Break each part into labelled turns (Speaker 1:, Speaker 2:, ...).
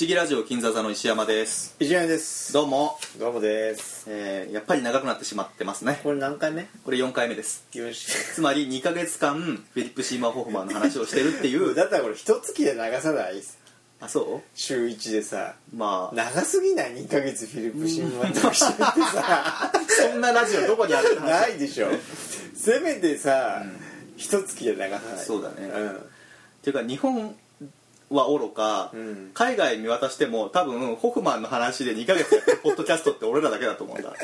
Speaker 1: 思議ラジオ金沢座の石山です
Speaker 2: いじめです
Speaker 1: どうも、
Speaker 2: どうもです
Speaker 1: えーやっぱり長くなってしまってますね
Speaker 2: これ何回目
Speaker 1: これ4回目です
Speaker 2: よ し
Speaker 1: つまり2ヶ月間フィリップ・シーマー・ホフマンの話をしてるってい う
Speaker 2: だったらこれ一月で流さない
Speaker 1: あそ
Speaker 2: 週一でさ
Speaker 1: うまあ
Speaker 2: 長すぎない2ヶ月フィリップ新聞特集って さ
Speaker 1: そんなラジオどこにあるの
Speaker 2: ないでしょせめてさ一月で流さない
Speaker 1: そうだね
Speaker 2: うん
Speaker 1: っていうか日本はおろか、
Speaker 2: うん
Speaker 1: 海外見渡しても多分ホフマンの話で2ヶ月やってるポッドキャストって俺らだけだと思うんだ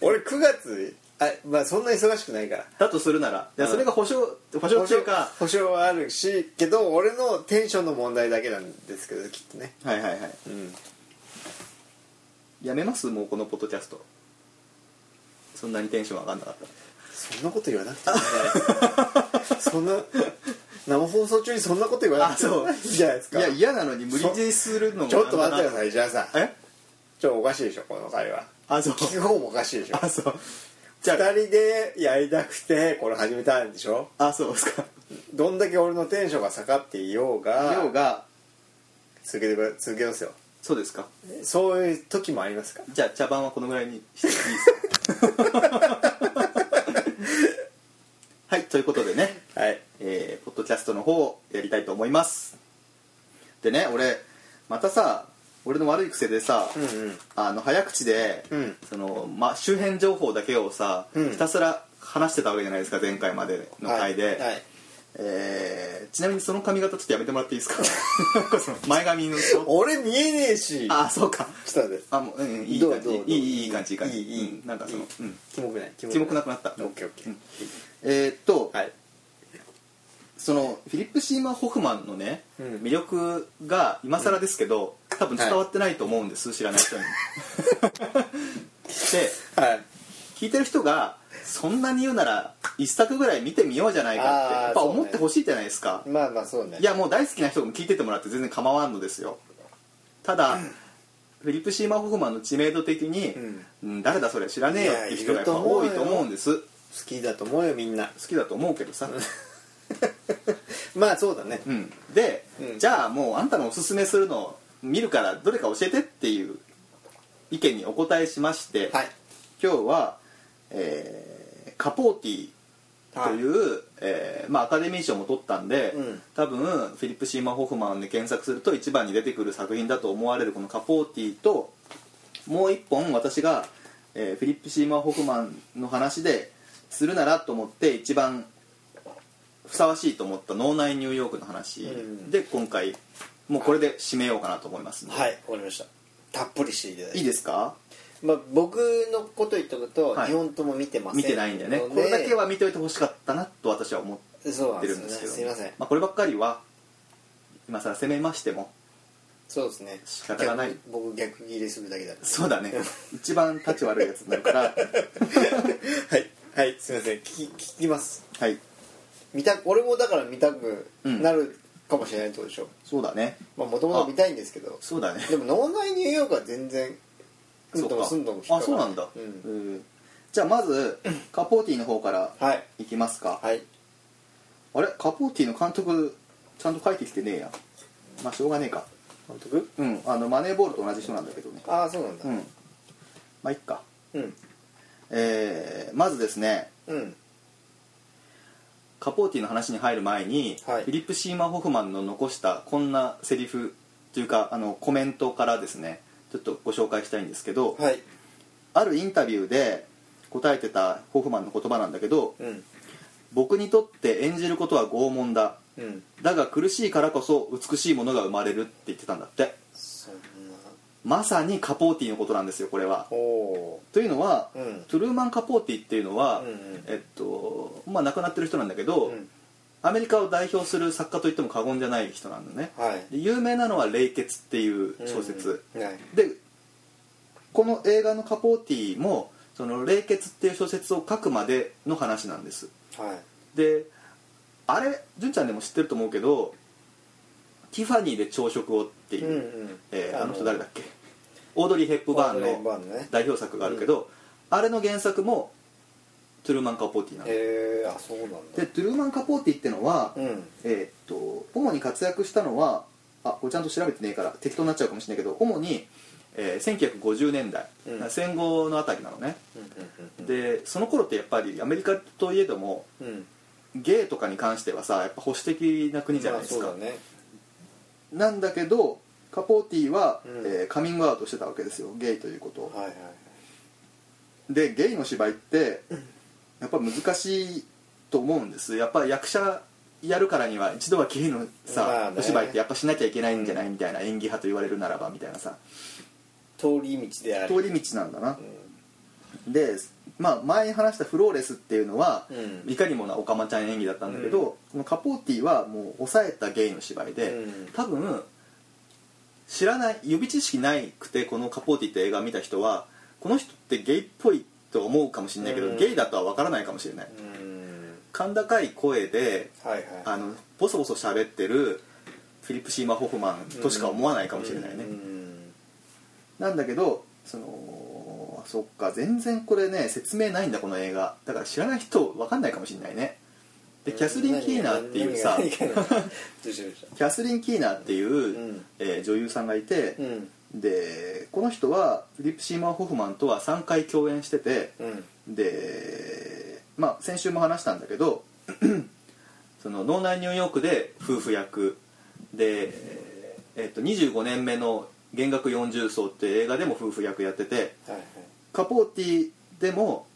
Speaker 2: 俺9月あまあそんな忙しくないから
Speaker 1: だとするならいや
Speaker 2: うん
Speaker 1: それが保証保証っていうか
Speaker 2: 保証はあるしけど俺のテンションの問題だけなんですけどきっとね
Speaker 1: はいはいはい
Speaker 2: うん
Speaker 1: やめますもうこのポッドキャストそんなにテンション上がんなかった
Speaker 2: そんなこと言わなくていいんじゃないですか そんな生放送中にそんなこと言わなくてもいいんじゃないですか
Speaker 1: いや嫌なのに無理強いするのも
Speaker 2: ちょっと待ってくだ
Speaker 1: い
Speaker 2: さいじゃあさん
Speaker 1: え
Speaker 2: ちょっとおかしいでしょこの会話
Speaker 1: あそう
Speaker 2: 聞く方もおかしいでしょ
Speaker 1: あそうじ
Speaker 2: 二
Speaker 1: ゃ
Speaker 2: 人でやりたくてこれ始めたんでしょ
Speaker 1: ああそうですか
Speaker 2: どんだけ俺のテンションが下がっていようが
Speaker 1: 量が
Speaker 2: 続けてく続けますよ
Speaker 1: そうですか
Speaker 2: そういう時もありますから
Speaker 1: じゃあ茶番はこのぐらいにしていいですかはいということでね、
Speaker 2: はい
Speaker 1: えーポッドキャストの方をやりたいと思いますでね俺またさ俺の悪い癖でさ、
Speaker 2: うんうん
Speaker 1: あの早口で、
Speaker 2: うん
Speaker 1: そのま、周辺情報だけをさ、
Speaker 2: うん
Speaker 1: ひたすら話してたわけじゃないですか前回までの回で、
Speaker 2: はいはい
Speaker 1: えーちなみにその髪型ちょっとやめてもらっていいですかなんか その前髪の
Speaker 2: 俺見えねえし
Speaker 1: ああそうか
Speaker 2: 下で
Speaker 1: あもう、うんうん、いい
Speaker 2: どう
Speaker 1: 感じ
Speaker 2: どうどう
Speaker 1: いいいいいい感じいい感じ
Speaker 2: いいいい
Speaker 1: うんなんかその
Speaker 2: いい
Speaker 1: うん
Speaker 2: キモくないキ
Speaker 1: キモくなくなった
Speaker 2: オッケーオッケー、
Speaker 1: うんえーっと、
Speaker 2: はい
Speaker 1: そのフィリップ・シーマー・ホフマンのね、
Speaker 2: うん
Speaker 1: 魅力が今更ですけど、多分伝わってないと思うんです、知らない人にで
Speaker 2: はい
Speaker 1: 聞いてる人がそんなに言うなら一作ぐらい見てみようじゃないかって
Speaker 2: あー
Speaker 1: やっぱ
Speaker 2: そうね
Speaker 1: 思ってほしいじゃないですか、
Speaker 2: まあまあそうね
Speaker 1: いやもう大好きな人も聞いててもらって全然構わんのですよただ、フィリップ・シーマー・ホフマンの知名度的に、うん誰だそれ知らねえよって人がやっぱ多いと思うんです好
Speaker 2: 好きだと思うよみんな
Speaker 1: きだと思うけどさ、
Speaker 2: まあそうだね
Speaker 1: うん、で、
Speaker 2: うん
Speaker 1: じゃあもうあんたのおすすめするの見るからどれか教えてっていう意見にお答えしまして、
Speaker 2: はい
Speaker 1: 今日は、えーカポーティという、えーまあ、アカデミー賞も取ったんで、
Speaker 2: うん
Speaker 1: 多分フィリップ・シーマン・ホフマンで検索すると一番に出てくる作品だと思われるこの「カポーティと」もう一本私が、えーフィリップ・シーマン・ホフマンの話でするならと思って一番ふさわしいと思った「脳内ニューヨーク」の話
Speaker 2: うん
Speaker 1: で今回もうこれで締めようかなと思いますので、
Speaker 2: はいわかりましたたっぷりしていただ
Speaker 1: い、
Speaker 2: い
Speaker 1: い
Speaker 2: て
Speaker 1: ですか
Speaker 2: まあ、僕のこと言っとくと
Speaker 1: はい
Speaker 2: 日本とも見てません
Speaker 1: 見てないんだよね
Speaker 2: ので
Speaker 1: これだけは見ておいてほしかったなと私は思って
Speaker 2: そうなん
Speaker 1: って
Speaker 2: で
Speaker 1: る
Speaker 2: す
Speaker 1: んで
Speaker 2: よね
Speaker 1: すけど
Speaker 2: すいません
Speaker 1: まあ、こればっかりは今更責めましても
Speaker 2: そうですね
Speaker 1: 仕方がない
Speaker 2: 逆僕逆ギレするだけだ
Speaker 1: そうだね一番立ち悪いやつになる から
Speaker 2: はいはいすいません聞き聞きます
Speaker 1: はい
Speaker 2: 見た俺もだから見たくなるかもしれないってことでしょ
Speaker 1: そうだね
Speaker 2: まあもともと見たいんですけど
Speaker 1: そうだね
Speaker 2: でも脳内ニューヨークは全然うんともすんとも引っか
Speaker 1: あ
Speaker 2: か
Speaker 1: そうなんだ、
Speaker 2: う、
Speaker 1: うんんじゃあまずカポーティの方から
Speaker 2: はい
Speaker 1: いきますか、
Speaker 2: はい
Speaker 1: あれカポーティの監督ちゃんと書いてきてねえやまあしょうがねえか
Speaker 2: 監督
Speaker 1: うんあのマネーボールと同じ人なんだけどね
Speaker 2: ああそうなんだ
Speaker 1: うんまあいっか
Speaker 2: うん
Speaker 1: えー、まずですね
Speaker 2: うん
Speaker 1: カポーティの話に入る前に、
Speaker 2: はい
Speaker 1: フィリップ・シーマー・ホフマンの残したこんなセリフというかあのコメントからですねちょっとご紹介したいんですけど、
Speaker 2: はい
Speaker 1: あるインタビューで答えてたホフマンの言葉なんだけど
Speaker 2: うん
Speaker 1: 「僕にとって演じることは拷問だ
Speaker 2: うん
Speaker 1: だが苦しいからこそ美しいものが生まれる」って言ってたんだって
Speaker 2: そんな
Speaker 1: まさにカポーティのことなんですよこれは
Speaker 2: おお
Speaker 1: というのは、
Speaker 2: うん
Speaker 1: トゥルーマン・カポーティっていうのは、
Speaker 2: うんうん
Speaker 1: えっとまあ亡くなってる人なんだけど、
Speaker 2: うん
Speaker 1: アメリカを代表する作家といっても過言じゃない人なんだね、
Speaker 2: はい
Speaker 1: で有名なのは「冷血」っていう小説、
Speaker 2: うんはい
Speaker 1: でこの映画のカポーティもその「冷血」っていう小説を書くまでの話なんです
Speaker 2: はい
Speaker 1: であれ純ちゃんでも知ってると思うけど「ティファニーで朝食を」っていう、
Speaker 2: うんうん
Speaker 1: えーあの人誰だっけオードリー・ヘップバーン
Speaker 2: オードリーヘップバー
Speaker 1: の
Speaker 2: ンのね
Speaker 1: 代表作があるけど、あれの原作もトゥルーマン・カポーティなんだ
Speaker 2: へえあそうなんだ
Speaker 1: でトゥルーマン・カポーティってのは、
Speaker 2: うん
Speaker 1: えーっと主に活躍したのはあこれちゃんと調べてねえから適当になっちゃうかもしれないけど主に、えー1950年代、
Speaker 2: うん
Speaker 1: 戦後のあたりなのね、
Speaker 2: うんうん
Speaker 1: でその頃ってやっぱりアメリカといえども
Speaker 2: うんうん
Speaker 1: ゲイとかに関してはさやっぱ保守的な国じゃないですか、
Speaker 2: まあそうだね
Speaker 1: なんだけどカポーティは、
Speaker 2: うん
Speaker 1: えーカミングアウトしてたわけですよゲイということを
Speaker 2: はいはい
Speaker 1: でゲイの芝居ってやっぱ難しいと思うんですやっぱ役者やるからには一度はゲイのさ、
Speaker 2: まあね
Speaker 1: お芝居ってやっぱしなきゃいけないんじゃないみたいな演技派と言われるならばみたいなさ
Speaker 2: 通り道である
Speaker 1: 通り道なんだな
Speaker 2: う、
Speaker 1: で、まあ、前に話した「フローレス」っていうのは、
Speaker 2: うん
Speaker 1: いかにもなオカマちゃん演技だったんだけど、このカポーティはもう抑えたゲイの芝居で、
Speaker 2: うん
Speaker 1: 多分知らない予備知識ないくてこのカポーティって映画見た人はこの人ってゲイっぽいと思うかもしれないけど、
Speaker 2: うん
Speaker 1: ゲイだとは分からないかもしれない
Speaker 2: うん
Speaker 1: 甲高い声で
Speaker 2: はい
Speaker 1: あ
Speaker 2: は
Speaker 1: のボソボソ喋ってるフィリップ・シーマー・ホフマンとしか思わないか
Speaker 2: い
Speaker 1: もしれないね、
Speaker 2: うん
Speaker 1: なんだけどそのそっか全然これね説明ないんだこの映画だから知らない人分かんないかもしれないねでキャスリン・キーナーっていうさ
Speaker 2: 何が何が何がどうしたどうし
Speaker 1: キャスリン・キーナーっていう、
Speaker 2: ん
Speaker 1: えー女優さんがいて
Speaker 2: た、うん
Speaker 1: でこの人はフィリップ・シーマン・ホフマンとは3回共演してて
Speaker 2: うん
Speaker 1: でまあ先週も話したんだけど その脳内ニューヨークで夫婦役で、えっと25年目の「弦楽40層」っていう映画でも夫婦役やってて
Speaker 2: はいはい
Speaker 1: カポーティでも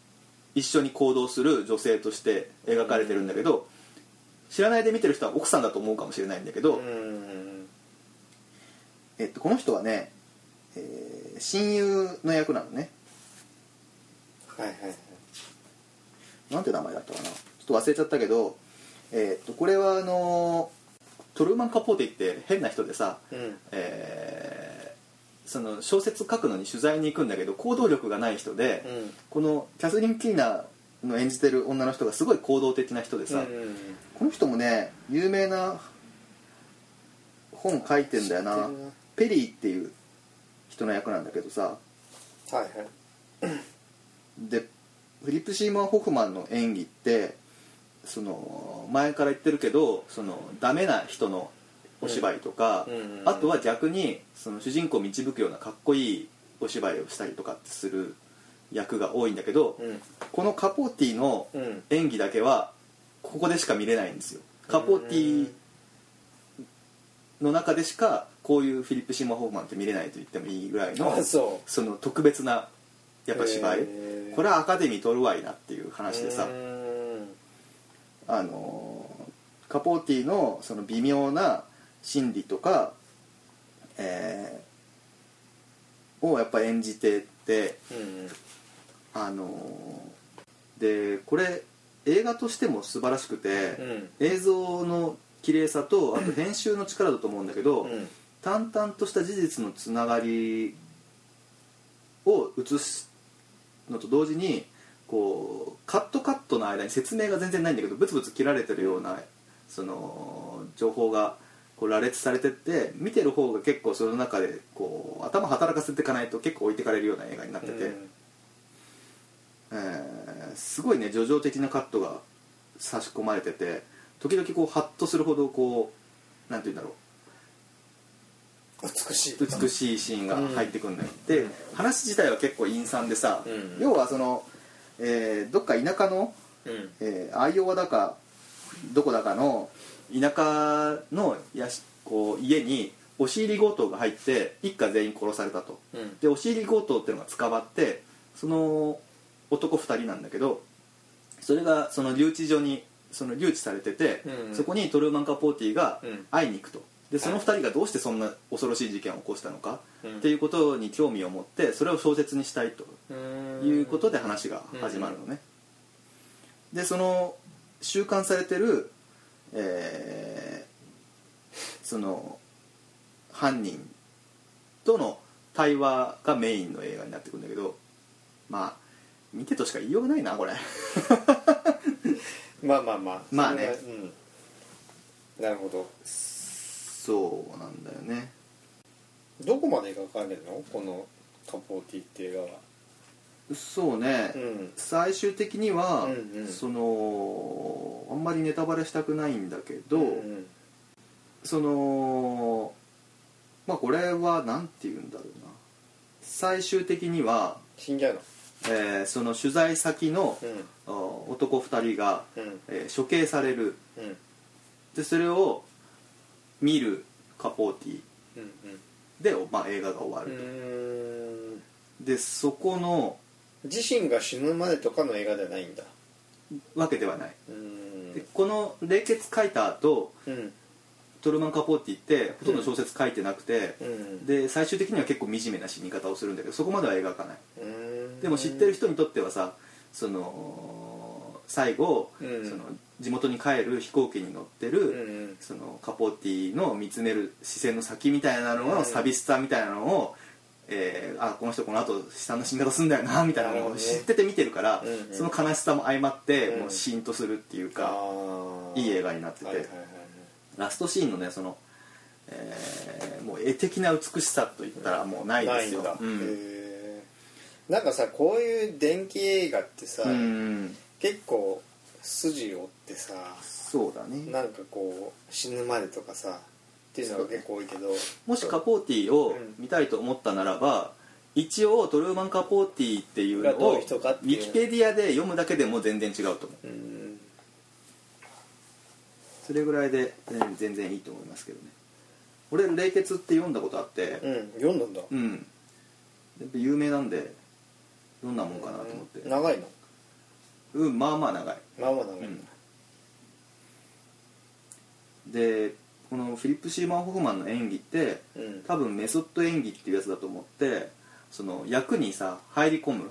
Speaker 1: 一緒に行動する女性として描かれてるんだけど知らないで見てる人は奥さんだと思うかもしれないんだけど、
Speaker 2: うん
Speaker 1: えっと、この人はね、えー親友の役なのね
Speaker 2: はいはいはい
Speaker 1: なんて名前だったかなちょっと忘れちゃったけど、えっとこれはあのートルーマン・カポーティって変な人でさ、
Speaker 2: うん
Speaker 1: えーその小説書くのに取材に行くんだけど行動力がない人で、
Speaker 2: うん
Speaker 1: このキャスリン・キーナーの演じてる女の人がすごい行動的な人でさ、
Speaker 2: うん
Speaker 1: この人もね有名な本書いてんだよ
Speaker 2: 知
Speaker 1: な
Speaker 2: ってるな
Speaker 1: ペリーっていう人の役なんだけどさ
Speaker 2: はいはい
Speaker 1: でフリップ・シーマン・ホフマンの演技ってその前から言ってるけどそのダメな人のお芝居とか、
Speaker 2: うんうんうん
Speaker 1: あとは逆にその主人公を導くようなかっこいいお芝居をしたりとかする役が多いんだけど、
Speaker 2: うん
Speaker 1: このカポーティの
Speaker 2: うん
Speaker 1: 演技だけはここでしか見れないんですよカポーティの中でしかこういうフィリップ・シーマン・ホフマンって見れないと言ってもいいぐらいの
Speaker 2: あそう
Speaker 1: その特別なやっぱ芝居、
Speaker 2: へー
Speaker 1: これはアカデミー取るわいなっていう話でさ、
Speaker 2: うん
Speaker 1: あのーカポーティのその微妙な心理とか、えーをやっぱ演じてって
Speaker 2: うん
Speaker 1: あのーでこれ映画としても素晴らしくて、
Speaker 2: うん
Speaker 1: 映像の綺麗さとあと編集の力だと思うんだけど、
Speaker 2: うん
Speaker 1: 淡々とした事実のつながりを映すのと同時にこうカットカットの間に説明が全然ないんだけどブツブツ切られてるようなその情報がこう羅列されてって見てる方が結構その中でこう頭働かせていかないと結構置いてかれるような映画になってて、
Speaker 2: うん
Speaker 1: えーすごいね叙情的なカットが差し込まれてて時々こうハッとするほどこうなんて言うんだろう
Speaker 2: 美しい
Speaker 1: 美しいシーンが入ってくるんだよ、で話自体は結構陰惨でさ、
Speaker 2: うん
Speaker 1: 要はその、えーどっか田舎の、
Speaker 2: うん
Speaker 1: えーアイオワだかどこだかの田舎のやしこう家に押し入り強盗が入って一家全員殺されたと
Speaker 2: うん
Speaker 1: で押し入り強盗っていうのが捕まってその男2人なんだけどそれがその留置所にその留置されてて、
Speaker 2: うんうん
Speaker 1: そこにトルーマン・カポーティが
Speaker 2: うん
Speaker 1: 会いに行くとでその2人がどうしてそんな恐ろしい事件を起こしたのか、
Speaker 2: うん
Speaker 1: っていうことに興味を持ってそれを小説にしたいということで話が始まるのね、でその収監されてる、えーその犯人との対話がメインの映画になってくるんだけどまあ見てとしか言いようがないな これ
Speaker 2: まあまあまあ
Speaker 1: まあね
Speaker 2: それはうんなるほど
Speaker 1: そうなんだよね
Speaker 2: どこまで描かれるのこの「カポーティ」って映画は
Speaker 1: そうね、
Speaker 2: うん
Speaker 1: 最終的には、
Speaker 2: うんうん
Speaker 1: そのあんまりネタバレしたくないんだけど、
Speaker 2: うん
Speaker 1: そのまあこれは何て言うんだろうな最終的には、
Speaker 2: 死んじゃうの
Speaker 1: えーその取材先の、
Speaker 2: うん
Speaker 1: あ男2人が、
Speaker 2: うん
Speaker 1: えー処刑される
Speaker 2: うん
Speaker 1: でそれを見るカポーティ
Speaker 2: うんうん
Speaker 1: で、まあ、映画が終わ
Speaker 2: う
Speaker 1: る、
Speaker 2: ーん
Speaker 1: でそこの
Speaker 2: 自身が死ぬまでとかの映画ではないんだ
Speaker 1: わけではない、
Speaker 2: うー
Speaker 1: で
Speaker 2: ん
Speaker 1: この「冷血」書いた後
Speaker 2: うん
Speaker 1: トルーマン・カポーティってほとんど小説書いてなくて、
Speaker 2: うん
Speaker 1: で最終的には結構惨めな死に方をするんだけどそこまでは描かないう
Speaker 2: ーん
Speaker 1: でも知ってる人にとってはさその最後、
Speaker 2: うん
Speaker 1: その地元に帰る飛行機に乗ってる、
Speaker 2: うん
Speaker 1: そのカポーティの見つめる視線の先みたいなの
Speaker 2: うん
Speaker 1: の寂しさみたいなのを、えーあこの人この後悲惨な死に方すんだよなみたいなのを知ってて見てるから、
Speaker 2: うんうん
Speaker 1: その悲しさも相まって、
Speaker 2: うん
Speaker 1: もうシーンとするっていう
Speaker 2: あ
Speaker 1: か、
Speaker 2: ー
Speaker 1: いい映画になってて、
Speaker 2: はいはいはい
Speaker 1: ラストシーンのねその、えーもう絵的な美しさといったらもうないですよ。
Speaker 2: ないんだ、
Speaker 1: うん
Speaker 2: へーなんかさこういう電気映画ってさ、
Speaker 1: うん
Speaker 2: 結構筋を追ってさ
Speaker 1: そうだね
Speaker 2: なんかこう死ぬまでとかさっていうのが結構多いけど
Speaker 1: もしカポーティを見たいと思ったならば、一応トルーマン・カポーティっていうの
Speaker 2: がど
Speaker 1: を
Speaker 2: ういう人かって
Speaker 1: ウ
Speaker 2: いう
Speaker 1: ィキペディアで読むだけでも全然違うと思う
Speaker 2: うん
Speaker 1: それぐらいで全全然いいと思いますけどね俺「冷血」って読んだことあって
Speaker 2: うん読んだんだ
Speaker 1: うん、やっぱ有名なんでどんなもんかなと思って
Speaker 2: 長いの
Speaker 1: うん、まあまあ長い
Speaker 2: まあまあ長い
Speaker 1: うんでこのフィリップ・シーマン・ホフマンの演技って
Speaker 2: うん
Speaker 1: 多分メソッド演技っていうやつだと思ってその役にさ入り込む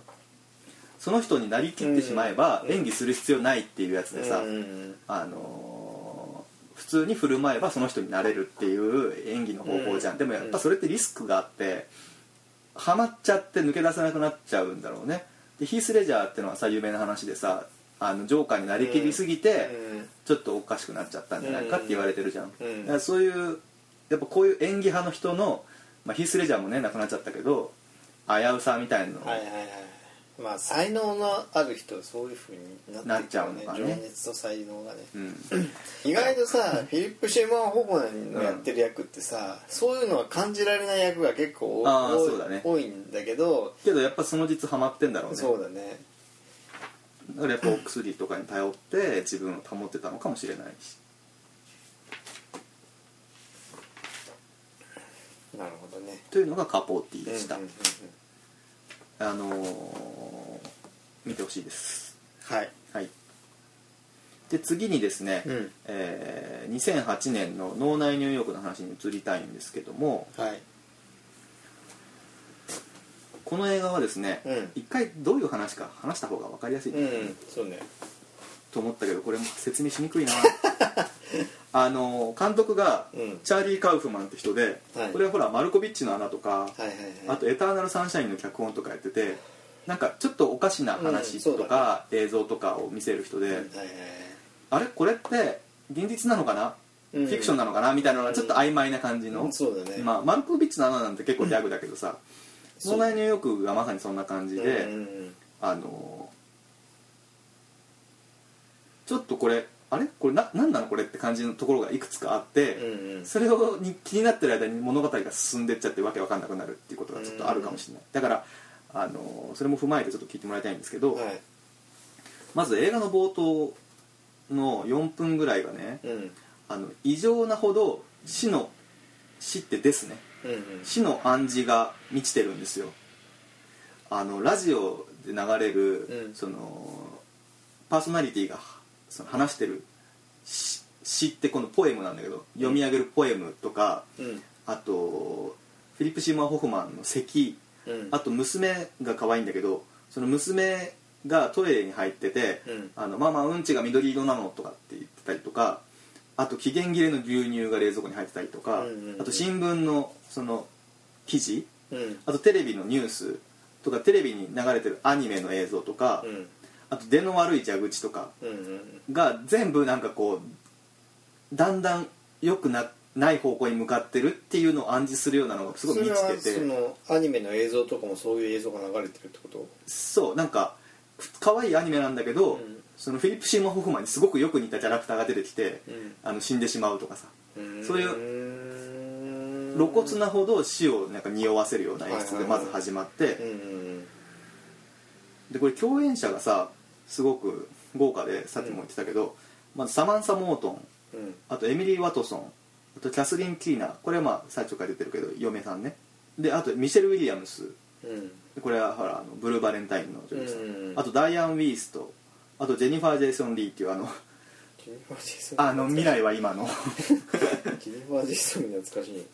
Speaker 1: その人になりきってしまえば
Speaker 2: うん
Speaker 1: 演技する必要ないっていうやつでさ、
Speaker 2: うん
Speaker 1: あのー普通に振る舞えばその人になれるっていう演技の方法じゃん、
Speaker 2: うん
Speaker 1: でもやっぱそれってリスクがあってハマっちゃって抜け出せなくなっちゃうんだろうねでヒース・レジャーってのはさ有名な話でさあのジョーカーになりきりすぎて、
Speaker 2: うん
Speaker 1: ちょっとおかしくなっちゃったんじゃないかって言われてるじゃん、
Speaker 2: うん
Speaker 1: だからそういうやっぱこういう演技派の人の、まあ、ヒース・レジャーもね亡くなっちゃったけど危うさみたいなのを、
Speaker 2: はいはいはいまあ才能のある人はそういうふうになって
Speaker 1: なっ
Speaker 2: いくよね
Speaker 1: ちゃうのかね
Speaker 2: 情熱と才能がね
Speaker 1: うん、
Speaker 2: 意外とさフィリップ・シェーマン・ホーナーのやってる役ってさ、そういうのは感じられない役が結構多
Speaker 1: あー
Speaker 2: 多い
Speaker 1: そうだね
Speaker 2: 多いんだけど
Speaker 1: けどやっぱその実ハマってんだろうね
Speaker 2: そうだね
Speaker 1: だからやっぱお薬とかに頼って自分を保ってたのかもしれないし
Speaker 2: なるほどね
Speaker 1: というのがカポーティでした、
Speaker 2: うんうんうん
Speaker 1: あのー見てほしいです
Speaker 2: うんはい
Speaker 1: はいで次にですね、
Speaker 2: うん
Speaker 1: えー2008年の脳内ニューヨークの話に移りたいんですけども
Speaker 2: はい
Speaker 1: この映画はですね、
Speaker 2: うん
Speaker 1: 一回どういう話か話した方が分かりやすい、
Speaker 2: うんそうね
Speaker 1: と思ったけどこれも説明しにく いなあのー監督が
Speaker 2: うん
Speaker 1: チャーリー・カウフマンって人で、
Speaker 2: はい
Speaker 1: これはほらマルコビッチの穴とか、
Speaker 2: はいはいはい
Speaker 1: あと「エターナルサンシャイン」の脚本とかやっててなんかちょっとおかしな
Speaker 2: うん
Speaker 1: 話
Speaker 2: そう
Speaker 1: とか映像とかを見せる人で、
Speaker 2: うんはいはいはい
Speaker 1: あれこれって現実なのかな、
Speaker 2: うん
Speaker 1: フィクションなのかなみたいなのがちょっと曖昧な感じの、
Speaker 2: うんそうだね
Speaker 1: まあ、マルコビッチの穴なんて結構ギャグだけどさ「
Speaker 2: そう
Speaker 1: 脳内ニューヨーク」がまさにそんな感じで、
Speaker 2: うんうんうん
Speaker 1: あのーちょっとこれあれこれな何なのこれって感じのところがいくつかあって、
Speaker 2: うんうん
Speaker 1: それをに気になってる間に物語が進んでっちゃってわけわかんなくなるっていうことがちょっとあるかもしれない、だからあのそれも踏まえてちょっと聞いてもらいたいんですけど、
Speaker 2: はい
Speaker 1: まず映画の冒頭の4分ぐらいがね、
Speaker 2: うん
Speaker 1: あの異常なほど死の死ってですね
Speaker 2: うんうん
Speaker 1: 死の暗示が満ちてるんですよあのラジオで流れる、
Speaker 2: うん
Speaker 1: そのパーソナリティがその話してる詩詩ってこのポエムなんだけど読み上げるポエムとか、
Speaker 2: うん
Speaker 1: あとフィリップ・シーマン・ホフマンの咳
Speaker 2: うん
Speaker 1: あと娘が可愛いんだけどその娘がトイレに入ってて「
Speaker 2: うん
Speaker 1: あのママうんちが緑色なの」とかって言ってたりとかあと期限切れの牛乳が冷蔵庫に入ってたりとか、
Speaker 2: うんうんうん
Speaker 1: あと新聞のその記事
Speaker 2: うん
Speaker 1: あとテレビのニュースとかテレビに流れてるアニメの映像とか、
Speaker 2: うん
Speaker 1: あと出の悪い蛇口とか
Speaker 2: うんうん
Speaker 1: が全部なんかこうだんだん良くなない方向に向かってるっていうのを暗示するようなのがすごい満ちてて
Speaker 2: それはそのアニメの映像とかもそういう映像が流れてるってこと
Speaker 1: そうなんか可愛いアニメなんだけど、
Speaker 2: うん
Speaker 1: そのフィリップ・シーマン・ホフマンにすごくよく似たキャラクターが出てきて、
Speaker 2: うん
Speaker 1: あの死んでしまうとかさ、
Speaker 2: うーん
Speaker 1: そういう
Speaker 2: ん
Speaker 1: 露骨なほど死をなんか匂わせるような演出でまず始まって、
Speaker 2: うんうん
Speaker 1: でこれ共演者がさすごく豪華でさっきも言ってたけど、まずサマンサ・モートン
Speaker 2: うん
Speaker 1: あとエミリー・ワトソンあとキャスリン・キーナーこれはまあ最初から出てるけど嫁さんねであとミシェル・ウィリアムス
Speaker 2: うん
Speaker 1: これはほらあのブルーバレンタインの女優さん、
Speaker 2: うん
Speaker 1: あとダイアン・ウィーストあとジェニファー・ジェイソン・リーっていうあの
Speaker 2: ジェニファー・ジェイソン
Speaker 1: あの未来は今のっ
Speaker 2: ジェニファー・ジェイソン懐かしい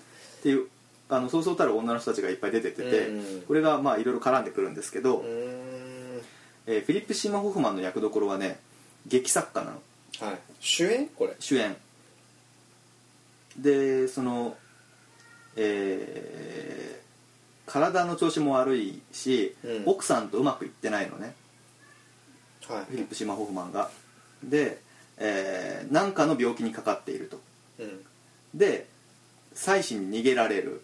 Speaker 1: ていうあのそうそうたる女の人たちがいっぱい出てってて、
Speaker 2: うん
Speaker 1: これがまあいろいろ絡んでくるんですけど、
Speaker 2: うーん
Speaker 1: えーフィリップ・シーマン・ホフマンの役どころはね劇作家なの
Speaker 2: はい主演これ
Speaker 1: 主演でそのえー体の調子も悪いし、
Speaker 2: うん
Speaker 1: 奥さんとうまくいってないのね
Speaker 2: は
Speaker 1: フィリップ・シーマン・ホフマンがでえーなんかの病気にかかっていると
Speaker 2: いうん
Speaker 1: で妻子に逃げられる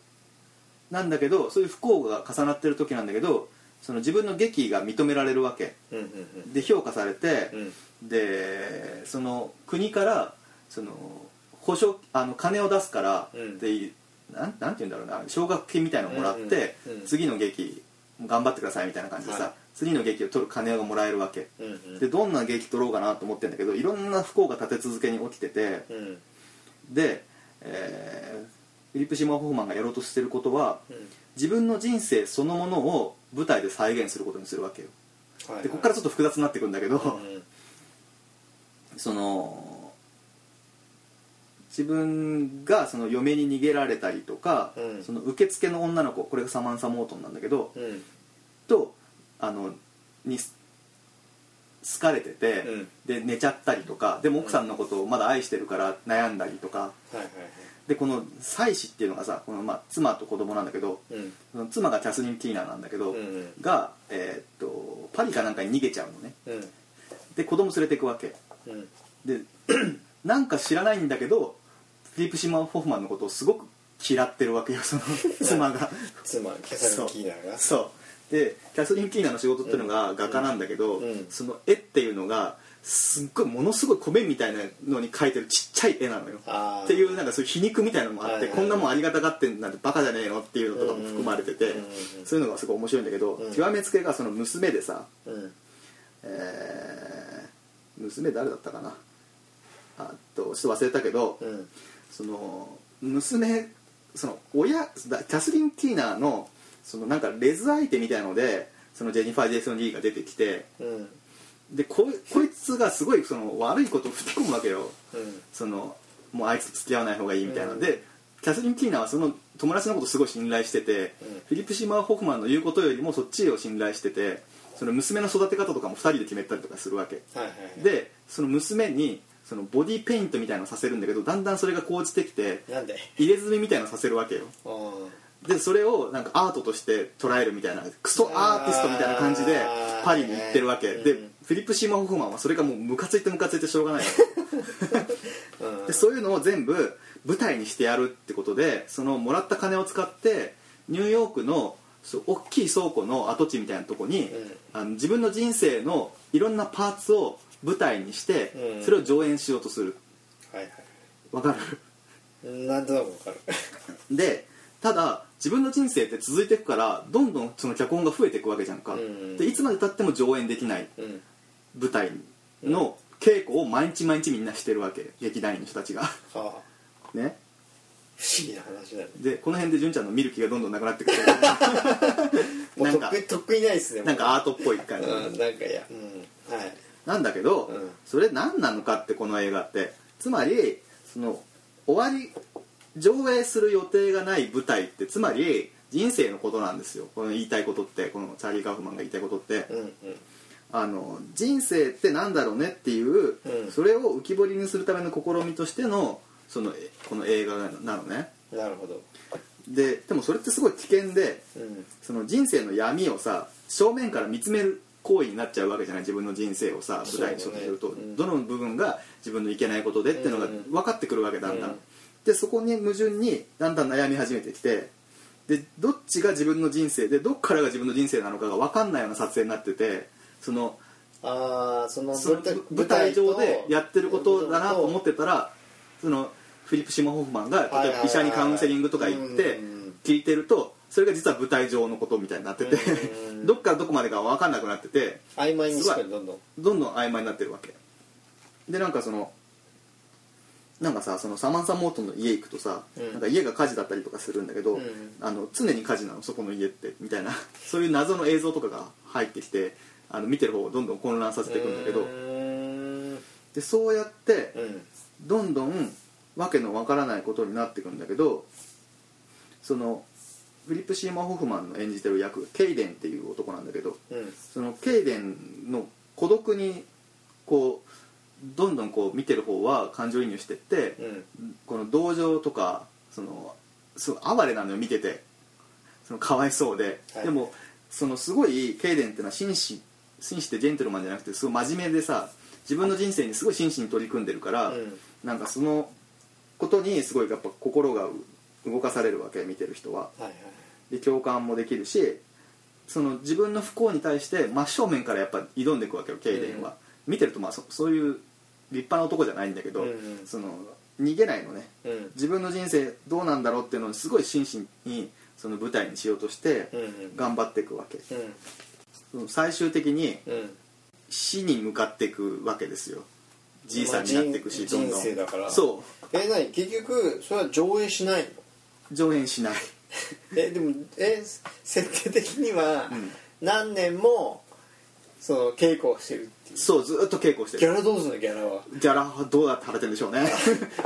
Speaker 1: なんだけどそういう不幸が重なってる時なんだけどその自分の劇が認められるわけ
Speaker 2: うんうん
Speaker 1: で評価されて、
Speaker 2: うんうん
Speaker 1: でその国からその保証あの金を出すから
Speaker 2: うん
Speaker 1: っていう、なんなんて言うんだろうな奨学金みたいなのをもらって、
Speaker 2: うんうんうん
Speaker 1: 次の劇頑張ってくださいみたいな感じでさ、
Speaker 2: はい
Speaker 1: 次の劇を取る金がもらえるわけ
Speaker 2: うんうん
Speaker 1: でどんな劇取ろうかなと思ってんだけどいろんな不幸が立て続けに起きてて
Speaker 2: うん
Speaker 1: で、えーフィリップ・シーモア・ホフマンがやろうとしてることは
Speaker 2: うん
Speaker 1: 自分の人生そのものを舞台で再現することにするわけよ
Speaker 2: はい
Speaker 1: でここからちょっと複雑になってくんだけど、
Speaker 2: うん
Speaker 1: その自分がその嫁に逃げられたりとか、
Speaker 2: うん
Speaker 1: その受付の女の子これがサマンサ・モートンなんだけど、
Speaker 2: うん
Speaker 1: とあのにす好かれてて、
Speaker 2: うん
Speaker 1: で寝ちゃったりとかでも奥さんのことをまだ愛してるから悩んだりとか
Speaker 2: はいはいはい
Speaker 1: でこの妻子っていうのがさこの、まあ、妻と子供なんだけど
Speaker 2: うん
Speaker 1: その妻がキャスリン・キーナーなんだけど、
Speaker 2: うんうん
Speaker 1: が、えーっとパリかなんかに逃げちゃうのね
Speaker 2: うん
Speaker 1: で子供連れていくわけ
Speaker 2: うん
Speaker 1: で なんか知らないんだけどフィリップ・シーマン・ホフマンのことをすごく嫌ってるわけよ その妻が
Speaker 2: 妻キャサリン・キーナーが
Speaker 1: そうでキャスリン・キーナーの仕事っていうのが画家なんだけど、
Speaker 2: うん
Speaker 1: その絵っていうのがすっごいものすごい米みたいなのに描いてるちっちゃい絵なのよ
Speaker 2: あー
Speaker 1: っていうなんかそういう皮肉みたいなのもあっ
Speaker 2: はい
Speaker 1: て、
Speaker 2: はい
Speaker 1: こんなもんありがたがってんなんてバカじゃねえのっていうのとかも含まれてて、
Speaker 2: うんうんうん
Speaker 1: そういうのがすごい面白いんだけど、
Speaker 2: うん
Speaker 1: 極めつけがその娘でさ、
Speaker 2: うん
Speaker 1: えー娘誰だったかなあとちょっと忘れたけど、
Speaker 2: うん
Speaker 1: その娘その親だキャスリン・ティーナーのそのなんかレズ相手みたいのでそのジェニファー・ジェイソン・リーが出てきて
Speaker 2: うん
Speaker 1: でこいこいつがすごいその悪いことを吹き込むわけよ
Speaker 2: うん
Speaker 1: そのもうあいつと付き合わない方がいいみたいな、
Speaker 2: うん
Speaker 1: でキャスリン・ティーナーはその友達のことすごい信頼してて、
Speaker 2: うん
Speaker 1: フィリップ・シーマー・ホフマンの言うことよりもそっちを信頼しててその娘の育て方とかも2人で決めたりとかするわけ
Speaker 2: はいはいはい
Speaker 1: でその娘にそのボディペイントみたいなのさせるんだけどだんだんそれが高じてきて
Speaker 2: なんで
Speaker 1: 入れ墨みたいなのさせるわけよ
Speaker 2: あー
Speaker 1: でそれをなんかアートとして捉えるみたいなクソアーティストみたいな感じで
Speaker 2: あー
Speaker 1: パリに行ってるわけ、で
Speaker 2: うん
Speaker 1: フィリップ・シーマン・ホフマンはそれがもうムカついてムカついてしょうがないわけ
Speaker 2: うん
Speaker 1: でそういうのを全部舞台にしてやるってことでそのもらった金を使ってニューヨークのそう大きい倉庫の跡地みたいなとこに、
Speaker 2: うん
Speaker 1: あの自分の人生のいろんなパーツを舞台にして、
Speaker 2: うん
Speaker 1: それを上演しようとする
Speaker 2: はいは
Speaker 1: わか
Speaker 2: いなんとなくわかる
Speaker 1: るでただ自分の人生って続いていくからどんどんその脚本が増えていくわけじゃんか、
Speaker 2: うん
Speaker 1: でいつまでたっても上演できない
Speaker 2: うん
Speaker 1: 舞台の稽古を毎日毎日みんなしてるわけ劇団員の人たちが
Speaker 2: はあ
Speaker 1: ね
Speaker 2: 不思議な話だね
Speaker 1: でこの辺で純ちゃんの見る気がどんどんなくなって くる
Speaker 2: も
Speaker 1: な
Speaker 2: うん
Speaker 1: か
Speaker 2: 得意得意ないですね
Speaker 1: なんかアー
Speaker 2: ト
Speaker 1: トっぽい感じ、
Speaker 2: うんなんかいやうんはい
Speaker 1: なんだけど、
Speaker 2: うん
Speaker 1: それ何なのかってこの映画ってつまりその終わり上映する予定がない舞台ってつまり人生のことなんですよこの言いたいことってこのチャーリー・カーフマンが言いたいことって、
Speaker 2: うんうん
Speaker 1: あの人生ってなんだろうねっていう、
Speaker 2: うん
Speaker 1: それを浮き彫りにするための試みとしてのそのえこの映画なのね
Speaker 2: なるほど
Speaker 1: ででもそれってすごい危険で
Speaker 2: うん
Speaker 1: その人生の闇をさ正面から見つめる行為になっちゃうわけじゃない自分の人生をさ
Speaker 2: そ
Speaker 1: 舞
Speaker 2: うだ
Speaker 1: 台
Speaker 2: ね
Speaker 1: にそうすると、
Speaker 2: うん
Speaker 1: どの部分が自分のいけないことでっていうのが
Speaker 2: うんうん
Speaker 1: 分かってくるわけだんだん、
Speaker 2: うん
Speaker 1: でそこに矛盾にだんだん悩み始めてきてでどっちが自分の人生でどっからが自分の人生なのかが分かんないような撮影になっててその
Speaker 2: ああその
Speaker 1: その
Speaker 2: 舞台
Speaker 1: 舞台上で
Speaker 2: と
Speaker 1: やってることだなと思ってたらそのフィリップ・シーマン・ホフマンが
Speaker 2: はい
Speaker 1: 例
Speaker 2: は
Speaker 1: え
Speaker 2: いは
Speaker 1: ば
Speaker 2: い
Speaker 1: 医者にカウンセリングとか行って
Speaker 2: うん
Speaker 1: 聞いてるとそれが実は舞台上のことみたいになってて
Speaker 2: う ん
Speaker 1: どっからどこまでか分かんなくなってて
Speaker 2: 曖昧にしっかりどんどん
Speaker 1: どんどん曖昧になってるわけでなんかそのなんかさそのサマンサ・モートンの家行くとさ、
Speaker 2: うん
Speaker 1: なんか家が火事だったりとかするんだけど、
Speaker 2: うん
Speaker 1: あの常に火事なのそこの家ってみたいな そういう謎の映像とかが入ってきてあの見てる方をどんどん混乱させていくんだけど、
Speaker 2: うーん
Speaker 1: でそうやって
Speaker 2: うん
Speaker 1: どんどんわけのわからないことになっていくんだけどそのフィリップ・シーマー・ホフマンの演じてる役ケイデンっていう男なんだけど
Speaker 2: うん
Speaker 1: そのケイデンの孤独にこうどんどんこう見てる方は感情移入してって、
Speaker 2: うん
Speaker 1: この同情とかそのすごい哀れなのよ見ててそのかわいそうで、
Speaker 2: はい
Speaker 1: でもそのすごいケイデンってのは紳士紳士ってジェントルマンじゃなくてすごい真面目でさ自分の人生にすごい真摯に取り組んでるから、
Speaker 2: うん
Speaker 1: なんかそのことにすごいやっぱ心が動かされるわけ見てる人は
Speaker 2: はいはい
Speaker 1: で共感もできるしその自分の不幸に対して真正面からやっぱ挑んでいくわけよケイデンは、見てるとまあそそういう立派な男じゃないんだけど、
Speaker 2: うんうん
Speaker 1: その逃げないのね
Speaker 2: うん
Speaker 1: 自分の人生どうなんだろうっていうのをすごい真摯にその舞台にしようとして
Speaker 2: うんうん
Speaker 1: 頑張っていくわけ、
Speaker 2: うん
Speaker 1: その最終的に
Speaker 2: うん
Speaker 1: 死に向かっていくわけですよじいさんになっていくし
Speaker 2: ま
Speaker 1: どん
Speaker 2: あ人
Speaker 1: どん
Speaker 2: 人生だから
Speaker 1: そ
Speaker 2: え何結局それは上映しな いの
Speaker 1: う上演しない
Speaker 2: えでもえ設定的には
Speaker 1: うん
Speaker 2: 何年もその稽古をしてるっていう
Speaker 1: そうずっと稽古して
Speaker 2: ギ
Speaker 1: る
Speaker 2: ャラどうすんのギャラは
Speaker 1: ギャラはどうやって払ってるんでしょう ね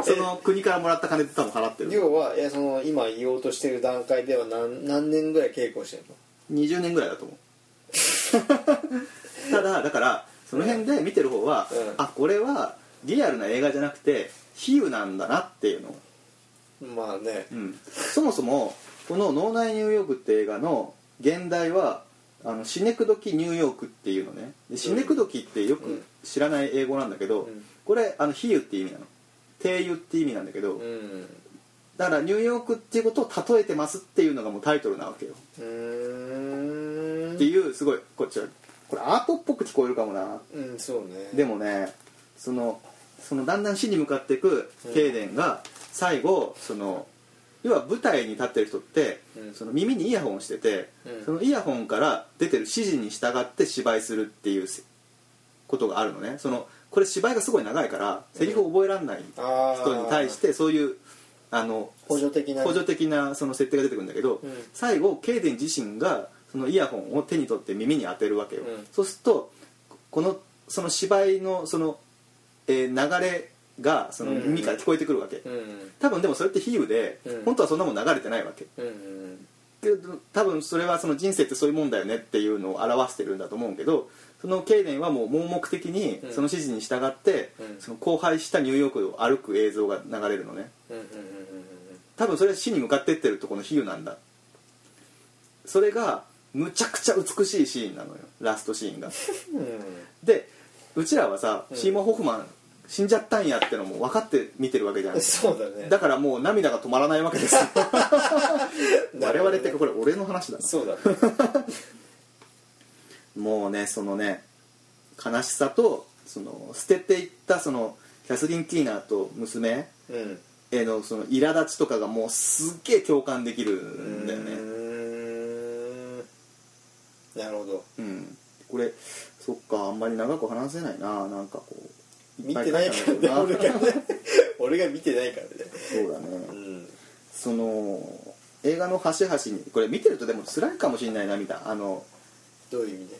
Speaker 1: その国からもらった金で多分払ってる
Speaker 2: 要はいやその今言おうとしてる段階では何何年ぐらい稽古をしてるの
Speaker 1: 20年ぐらいだと 思うただだからその辺で見てる方は、
Speaker 2: うん
Speaker 1: あこれはリアルな映画じゃなくて比喩なんだなっていうのを
Speaker 2: まあね
Speaker 1: うんそもそもこの「脳内ニューヨーク」って映画の現代はあのシネクドキニューヨークっていうのねでシネクドキってよく知らない英語なんだけど、
Speaker 2: うん
Speaker 1: これあの比喩って意味なの定喩って意味なんだけど、
Speaker 2: うん
Speaker 1: だからニューヨークっていうことを例えてますっていうのがもうタイトルなわけよ、
Speaker 2: うーん
Speaker 1: っていうすごいこっちはこれアートっぽく聞こえるかもな
Speaker 2: うんそうね
Speaker 1: でもねそのそのだんだん死に向かっていくケイデンが最後その要は舞台に立ってる人って、
Speaker 2: うん
Speaker 1: その耳にイヤホンしてて、
Speaker 2: うん
Speaker 1: そのイヤホンから出てる指示に従って芝居するっていうせことがあるのねそのこれ芝居がすごい長いからセリフを覚えられない
Speaker 2: あー
Speaker 1: 人に対してそういうあの
Speaker 2: 補助的な
Speaker 1: 補助的なその設定が出てくるんだけど、
Speaker 2: うん
Speaker 1: 最後ケイデン自身がそのイヤホンを手に取って耳に当てるわけよ、
Speaker 2: うん
Speaker 1: そうするとこのその芝居のその、えー流れがその
Speaker 2: うん
Speaker 1: 耳から聞こえてくるわけ、
Speaker 2: うん
Speaker 1: 多分でもそれって比喩で、
Speaker 2: うん
Speaker 1: 本当はそんなもん流れてないわけ
Speaker 2: うん
Speaker 1: けど多分それはその人生ってそういうもんだよねっていうのを表してるんだと思うけどそのケイデンはもう盲目的に
Speaker 2: うん
Speaker 1: その指示に従って、
Speaker 2: うん
Speaker 1: その荒廃したニューヨークを歩く映像が流れるのね、
Speaker 2: うんうん
Speaker 1: 多分それは死に向かってってるとこの比喩なんだそれがむちゃくちゃ美しいシーンなのよラストシーンが
Speaker 2: うんうんうん
Speaker 1: でうちらはさ、
Speaker 2: うん
Speaker 1: シーモン・ホフマン死んじゃったんやってのも分かって見てるわけじゃ
Speaker 2: う
Speaker 1: なんい
Speaker 2: そうだね
Speaker 1: だからもう涙が止まらないわけ ですよ我々ってかこれ俺の話だな
Speaker 2: そうだね
Speaker 1: もうねそのね悲しさとその捨てていったそのキャスリン・キーナーと娘
Speaker 2: うん
Speaker 1: へのその苛立ちとかがもうすっげえ共感できるんだよね
Speaker 2: うーんなるほど
Speaker 1: うん、これそっかあんまり長く話せないななんかこう
Speaker 2: 見てないからね
Speaker 1: いっぱい書い
Speaker 2: 俺
Speaker 1: てあ
Speaker 2: が
Speaker 1: る
Speaker 2: ね俺が見てないからね
Speaker 1: そうだね、
Speaker 2: うん
Speaker 1: その映画の端々にこれ見てるとでも辛いかもしれないなみたいなあの
Speaker 2: どういう意味で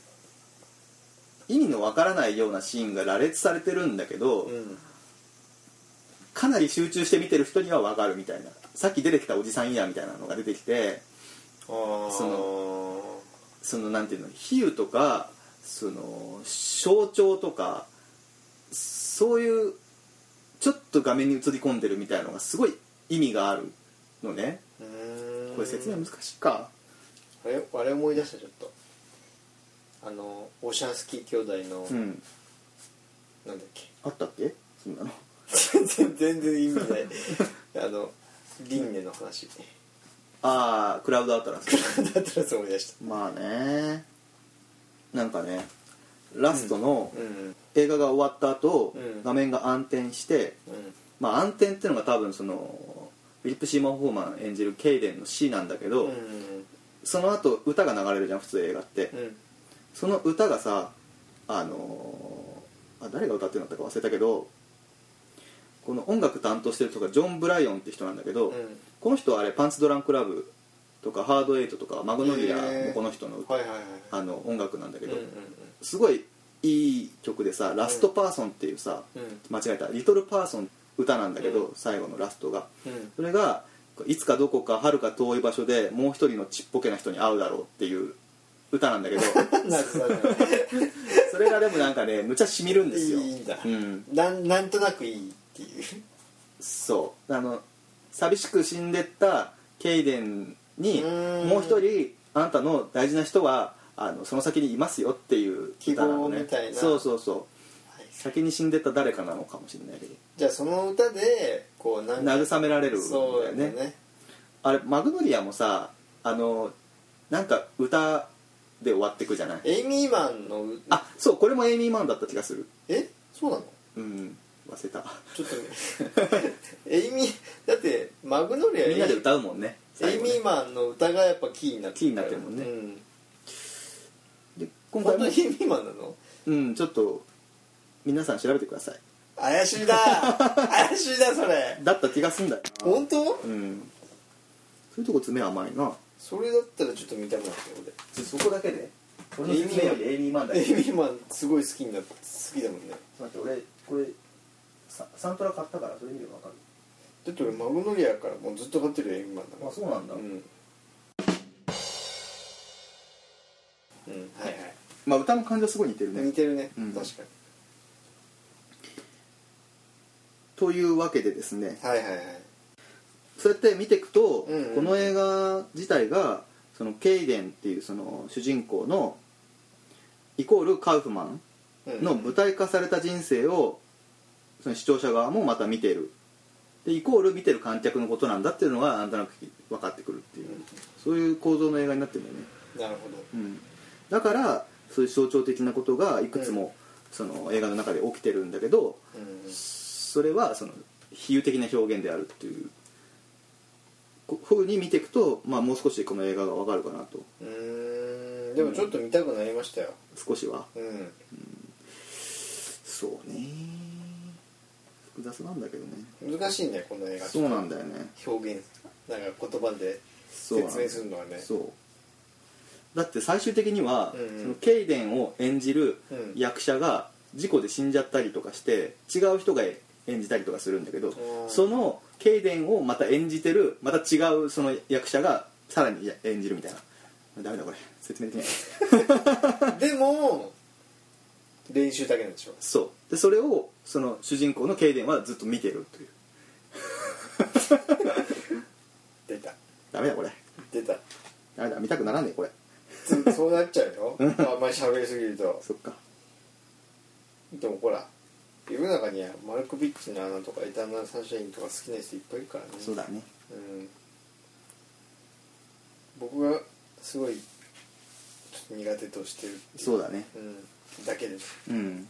Speaker 1: 意味のわからないようなシーンが羅列されてるんだけど、
Speaker 2: うん
Speaker 1: かなり集中して見てる人にはわかるみたいなさっき出てきたおじさんやみたいなのが出てきて
Speaker 2: ああ
Speaker 1: そそのなんていうの比喩とかその象徴とかそういうちょっと画面に映り込んでるみたいのがすごい意味があるのね
Speaker 2: うーん
Speaker 1: これ説明難しいか
Speaker 2: あれあれ思い出したちょっとあのオシャンスキー兄弟の、
Speaker 1: うん
Speaker 2: なんだっけ
Speaker 1: あったっけそんなの
Speaker 2: 全然全然意味ないあの輪廻の話
Speaker 1: ああクラウドアトラス
Speaker 2: だったらそう思い出し
Speaker 1: まあねなんかねラストの
Speaker 2: たうん
Speaker 1: 映画が終わった後、
Speaker 2: うん
Speaker 1: 画面が暗転して
Speaker 2: うん
Speaker 1: まあ、暗転っていうのが多分そのフィリップ・シーマン・ホーマン演じるケイデンの C なんだけど、
Speaker 2: うん
Speaker 1: その後歌が流れるじゃん普通映画って、
Speaker 2: うん
Speaker 1: その歌がさあのーあ誰が歌ってるんだったか忘れたけどこの音楽担当してる人がジョン・ブライオンって人なんだけど、
Speaker 2: うん
Speaker 1: この人はあれパンツドランクラブとかハードエイトとかマグノリアもこの人の歌、
Speaker 2: はいはいはい
Speaker 1: あの音楽なんだけ
Speaker 2: うん
Speaker 1: ど、
Speaker 2: うん
Speaker 1: すごいいい曲でさ「ラストパーソン」っていうさ、
Speaker 2: うん
Speaker 1: 間違えた「リトルパーソン」歌なんだけど、
Speaker 2: うん
Speaker 1: 最後のラストが
Speaker 2: うん
Speaker 1: それがいつかどこかはるか遠い場所でもう一人のちっぽけな人に会うだろうっていう歌なんだけ ど
Speaker 2: なるほど
Speaker 1: それがでもなんかねむちゃしみるんですよ
Speaker 2: いいんだ
Speaker 1: うん、
Speaker 2: なんなんとなくいいっていう
Speaker 1: そうあの寂しく死んでったケイデンに
Speaker 2: うーん
Speaker 1: もう一人あんたの大事な人はあのその先にいますよっていう歌なの
Speaker 2: 希望
Speaker 1: ね
Speaker 2: みたいな
Speaker 1: そうそうそう
Speaker 2: はい
Speaker 1: 先に死んでった誰かなのかもしれないけど
Speaker 2: じゃあその歌でこうなんか
Speaker 1: 慰められるんだ
Speaker 2: そ
Speaker 1: よ
Speaker 2: うだ
Speaker 1: ね
Speaker 2: ね
Speaker 1: あれマグノリアもさあのなんか歌で終わってくじゃない
Speaker 2: エイミーマンのう
Speaker 1: あそうこれもエイミー・マンだった気がする
Speaker 2: えそうなの
Speaker 1: うん忘れた
Speaker 2: ちょっとエイミーだってマグノリア
Speaker 1: みんなで歌うもんね
Speaker 2: エ
Speaker 1: 最
Speaker 2: イ
Speaker 1: 後
Speaker 2: ミ
Speaker 1: ね
Speaker 2: ーマンの歌がやっぱキーになって
Speaker 1: キーになってるもんね
Speaker 2: うん
Speaker 1: で今
Speaker 2: 本
Speaker 1: 回
Speaker 2: 当
Speaker 1: も
Speaker 2: にエイミーマンなの
Speaker 1: うんちょっと皆さん調べてください
Speaker 2: 怪しいな怪しいなそれ
Speaker 1: だった気がすんだよな
Speaker 2: 本当
Speaker 1: うんそういうとこ爪甘いな
Speaker 2: それだったらちょっと見たくなった
Speaker 1: そこだけで
Speaker 2: 俺の説明より
Speaker 1: エイミー・マン
Speaker 2: 俺エイミーマンすごい好きになって好きだもんね
Speaker 1: 待って俺これサントラ買ったからそれ見れば分かる
Speaker 2: だって俺マグノリアからもうずっと買ってるよエイミーマンだから
Speaker 1: そうなんだ
Speaker 2: うん、うん、はいはい
Speaker 1: まあ歌の感じはすごい似てるね
Speaker 2: 似てるね、
Speaker 1: うん
Speaker 2: 確かに
Speaker 1: というわけでですね
Speaker 2: はいはいはい
Speaker 1: そうやって見ていくと、
Speaker 2: うんうん
Speaker 1: この映画自体がそのケイデンっていうその主人公のイコールカウフマン
Speaker 2: うん
Speaker 1: の舞台化された人生をその視聴者側もまた見てるでイコール見てる観客のことなんだっていうのがなんとなく分かってくるっていうそういう構造の映画になってるんだよね、
Speaker 2: なるほど
Speaker 1: うん、だからそういう象徴的なことがいくつもその映画の中で起きてるんだけど
Speaker 2: うん
Speaker 1: それはその比喩的な表現であるっていうこふうに見ていくと、まあ、もう少しこの映画がわかるかなと
Speaker 2: うーんでもちょっと見たくなりましたよ
Speaker 1: 少しは
Speaker 2: うん
Speaker 1: そうね複雑なんだけどね
Speaker 2: 難しいねこの映画
Speaker 1: そうなんだよね
Speaker 2: 表現なんか言葉で
Speaker 1: そうなん
Speaker 2: 説
Speaker 1: だ
Speaker 2: 明
Speaker 1: よ
Speaker 2: するのはね
Speaker 1: そうだって最終的には、
Speaker 2: うんうん
Speaker 1: そのケイデンを演じる
Speaker 2: うん
Speaker 1: 役者が事故で死んじゃったりとかして違う人が演じたりとかするんだけど、
Speaker 2: ん
Speaker 1: そのケイデンをまた演じてるまた違うその役者がさらにや演じるみたいなダメだこれ説 明できない
Speaker 2: でも練習だけなんでしょ
Speaker 1: そうでそれをその主人公のケイデンはずっと見てるという
Speaker 2: 出た
Speaker 1: ダメだこれ
Speaker 2: 出た
Speaker 1: ダメだ見たくならねえこれ
Speaker 2: つそうなっちゃうよあんまり喋りすぎると
Speaker 1: そっか
Speaker 2: でもほら世の中にはマルコビッチの穴とかエターナルサンシャインとか好きな人いっぱいいるからね
Speaker 1: そうだね
Speaker 2: うん僕がすごいちょっと苦手としてるってい
Speaker 1: そうだね
Speaker 2: う、うん、だけです
Speaker 1: うん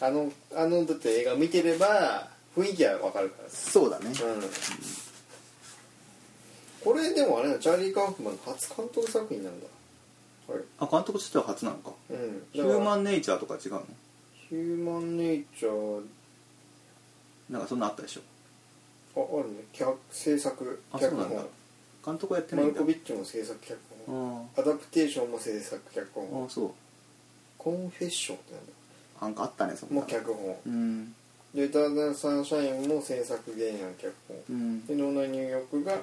Speaker 2: あのあのだって映画見てれば雰囲気はわかるからさ
Speaker 1: そうだね
Speaker 2: うんこれでもあれなのチャーリー・カウフマンの初監督作品なんだはい
Speaker 1: あ監督としては初なのか
Speaker 2: うん
Speaker 1: ヒューマ
Speaker 2: ン
Speaker 1: ンネイチャーとか違うの
Speaker 2: ヒューマンネイチャー
Speaker 1: なんかそんなあったでしょ
Speaker 2: ああるね脚制作
Speaker 1: あ
Speaker 2: 脚
Speaker 1: そうなんだ
Speaker 2: 本
Speaker 1: 監督はやってな
Speaker 2: マ
Speaker 1: いん
Speaker 2: ル
Speaker 1: だ
Speaker 2: コビッチも制作脚
Speaker 1: あ
Speaker 2: 本アダプテーションも制作
Speaker 1: ー
Speaker 2: 脚
Speaker 1: あ
Speaker 2: 本
Speaker 1: ーそう
Speaker 2: コンフェッションってなんだ
Speaker 1: なんかあったねそんな
Speaker 2: もう脚本
Speaker 1: うん
Speaker 2: で「エターナルサンシャイン」も制作原案脚本
Speaker 1: うん
Speaker 2: で「脳内ニューヨーク」が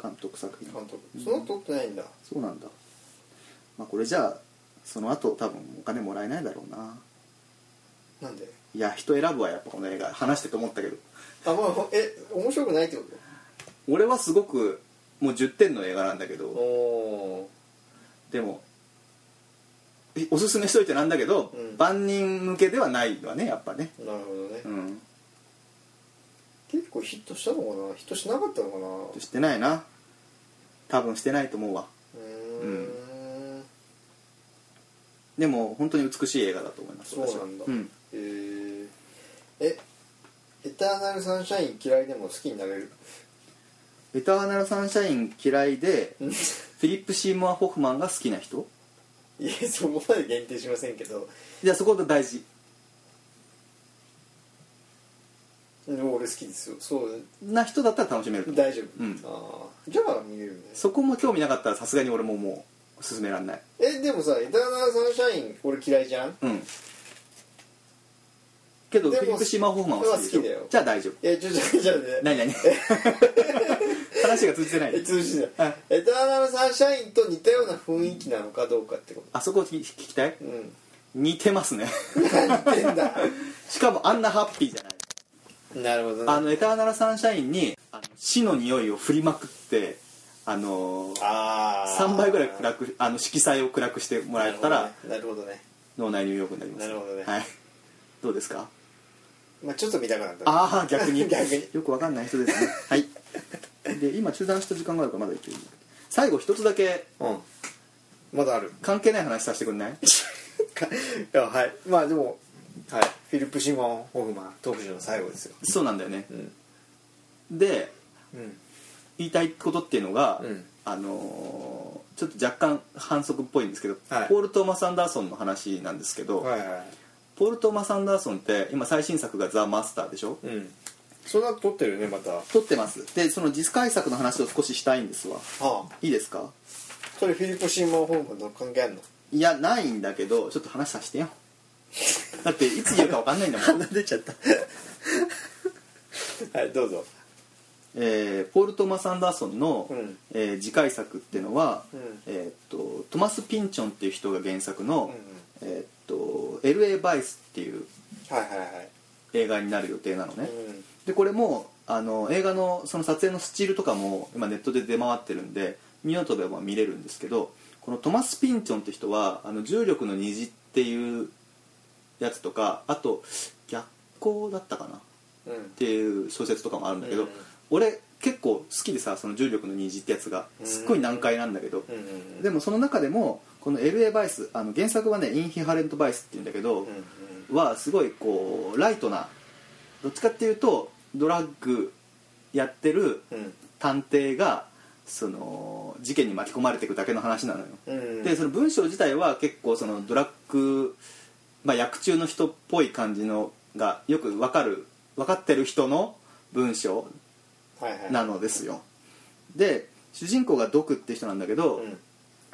Speaker 1: 監督作品
Speaker 2: 監督その撮ってないんだ
Speaker 1: そうなんだまあこれじゃあその後多分お金もらえないだろうな
Speaker 2: なんで
Speaker 1: いや人選ぶわやっぱこの映画話してて思ったけど
Speaker 2: あまあほえ面白くないってこ
Speaker 1: 俺はすごくもう10点の映画なんだけ
Speaker 2: と
Speaker 1: ど
Speaker 2: お
Speaker 1: でもえおすすめしといてなんだけど、
Speaker 2: うん
Speaker 1: 万人向けではないわねやっぱね
Speaker 2: ーなるほどね、
Speaker 1: うん
Speaker 2: 結構ヒットしたのかなヒットしなかったのかな
Speaker 1: してないな多分してないと思うわ
Speaker 2: うーん
Speaker 1: でも本当に美しい映画だと思います
Speaker 2: そうなんだ
Speaker 1: 私はうん
Speaker 2: えーえエターナルサンシャイン嫌いでも好きになれる
Speaker 1: 「エターナルサンシャイン」嫌いで
Speaker 2: うん
Speaker 1: フィリップ・シーモア・ホフマンが好きな人
Speaker 2: いやそこまで限定しませんけど
Speaker 1: じゃあそこが大事
Speaker 2: でも俺好きですよそう
Speaker 1: な人だったら楽しめると思う
Speaker 2: 大丈夫、
Speaker 1: うん
Speaker 2: あーじゃあ見れるね
Speaker 1: そこも興味なかったらさすがに俺ももう勧めらんない
Speaker 2: えでもさ「エターナルサンシャイン」俺嫌いじゃん
Speaker 1: うんけどフ
Speaker 2: で
Speaker 1: ィ
Speaker 2: も
Speaker 1: リップ・シーマン・ホフマンは好きでしょ
Speaker 2: 好きだよ
Speaker 1: じゃあ大丈夫
Speaker 2: えちょちょちょね
Speaker 1: 何 何話が通じてない
Speaker 2: え通じ ない
Speaker 1: あ
Speaker 2: エターナルサンシャインと似たような雰囲気なのかどうかってこ
Speaker 1: あそこ聞き聞きたい
Speaker 2: とうん
Speaker 1: 似てますね
Speaker 2: 何言って んだ
Speaker 1: しかもあんなハッピーじゃない
Speaker 2: なるほどね
Speaker 1: あのエターナルサンシャインにあの死の匂いを振りまくってあのー、
Speaker 2: あー
Speaker 1: 3倍ぐらい暗くあの色彩を暗くしてもらえたら、
Speaker 2: なるほどねなる
Speaker 1: 脳
Speaker 2: ほどね
Speaker 1: 内ニューヨークになります
Speaker 2: なるほどね
Speaker 1: はいどうですか
Speaker 2: まあちょっと見たくなった
Speaker 1: ああ逆に
Speaker 2: 逆に
Speaker 1: よくわかんない人ですねはいで今中断した時間があるからまだいける最後一つだけ
Speaker 2: うんまだあ る
Speaker 1: 関係ない話させてくんない
Speaker 2: いやはいまあでもはいフィリップ・シモン・ホフマン特集の最後ですよ
Speaker 1: そうなんだよね
Speaker 2: うん
Speaker 1: で
Speaker 2: うん
Speaker 1: 言いたいことっていうのが、
Speaker 2: うん
Speaker 1: あのーちょっと若干反則っぽいんですけど、
Speaker 2: はい
Speaker 1: ポール・トーマス・アンダーソンの話なんですけど、
Speaker 2: はいはいはい
Speaker 1: ポール・トーマス・アンダーソンって今最新作が「ザ・マスター」でしょ
Speaker 2: うんそんな撮ってるよねまたは
Speaker 1: 撮ってますでその実回作の話を少ししたいんですわ
Speaker 2: あ
Speaker 1: いいですか
Speaker 2: それフィリップ・シモン・ホフマンと関係あるの
Speaker 1: いやないんだけどちょっと話させてよだっていつ言うかわかんないんだもん
Speaker 2: 鼻出ちゃった はいどうぞ
Speaker 1: えーポール・トーマス・アンダーソンの、
Speaker 2: うん
Speaker 1: えー次回作っていうのは、
Speaker 2: うん
Speaker 1: えーっとトマス・ピンチョンっていう人が原作の「
Speaker 2: う
Speaker 1: えーっと LA バイス」っていう
Speaker 2: はいはいはい
Speaker 1: 映画になる予定なのね、
Speaker 2: うん
Speaker 1: でこれもあの映画のその撮影のスチールとかも今ネットで出回ってるんで見ようと思えば見れるんですけどこのトマス・ピンチョンって人は「あの重力の虹」っていうやつとかあと「逆光」だったかな
Speaker 2: うん
Speaker 1: っていう小説とかもあるんだけど、
Speaker 2: うん
Speaker 1: 俺結構好きでさその重力の虹ってやつがすっごい難解なんだけど、
Speaker 2: うんうん
Speaker 1: でもその中でもこの LA バイスあの原作はねインヒハレントバイスっていうんだけど、
Speaker 2: うんうん
Speaker 1: はすごいこうライトなどっちかっていうとドラッグやってる
Speaker 2: うん
Speaker 1: 探偵がその事件に巻き込まれていくだけの話なのよ、
Speaker 2: うん
Speaker 1: でその文章自体は結構そのドラッグ、まあ、薬中の人っぽい感じのがよく分かる分かってる人の文章
Speaker 2: はいはい
Speaker 1: なのですよで主人公がドクって人なんだけど、
Speaker 2: うん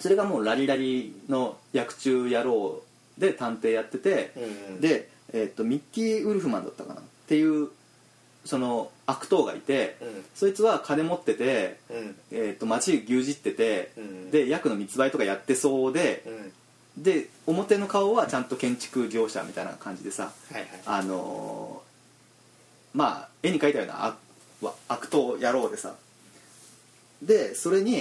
Speaker 1: それがもうラリラリの薬中野郎で探偵やってて、
Speaker 2: うんうん
Speaker 1: で、えー、とミッキー・ウルフマンだったかなっていうその悪党がいて、
Speaker 2: うん
Speaker 1: そいつは金持ってて、
Speaker 2: うん
Speaker 1: えー、と街牛耳ってて、
Speaker 2: うん
Speaker 1: で薬の密売とかやってそうで
Speaker 2: う、ん
Speaker 1: で表の顔はちゃんと建築業者みたいな感じでさ
Speaker 2: はいはい
Speaker 1: あのーまあ絵に描いたような悪わ悪党野郎でさでそれに、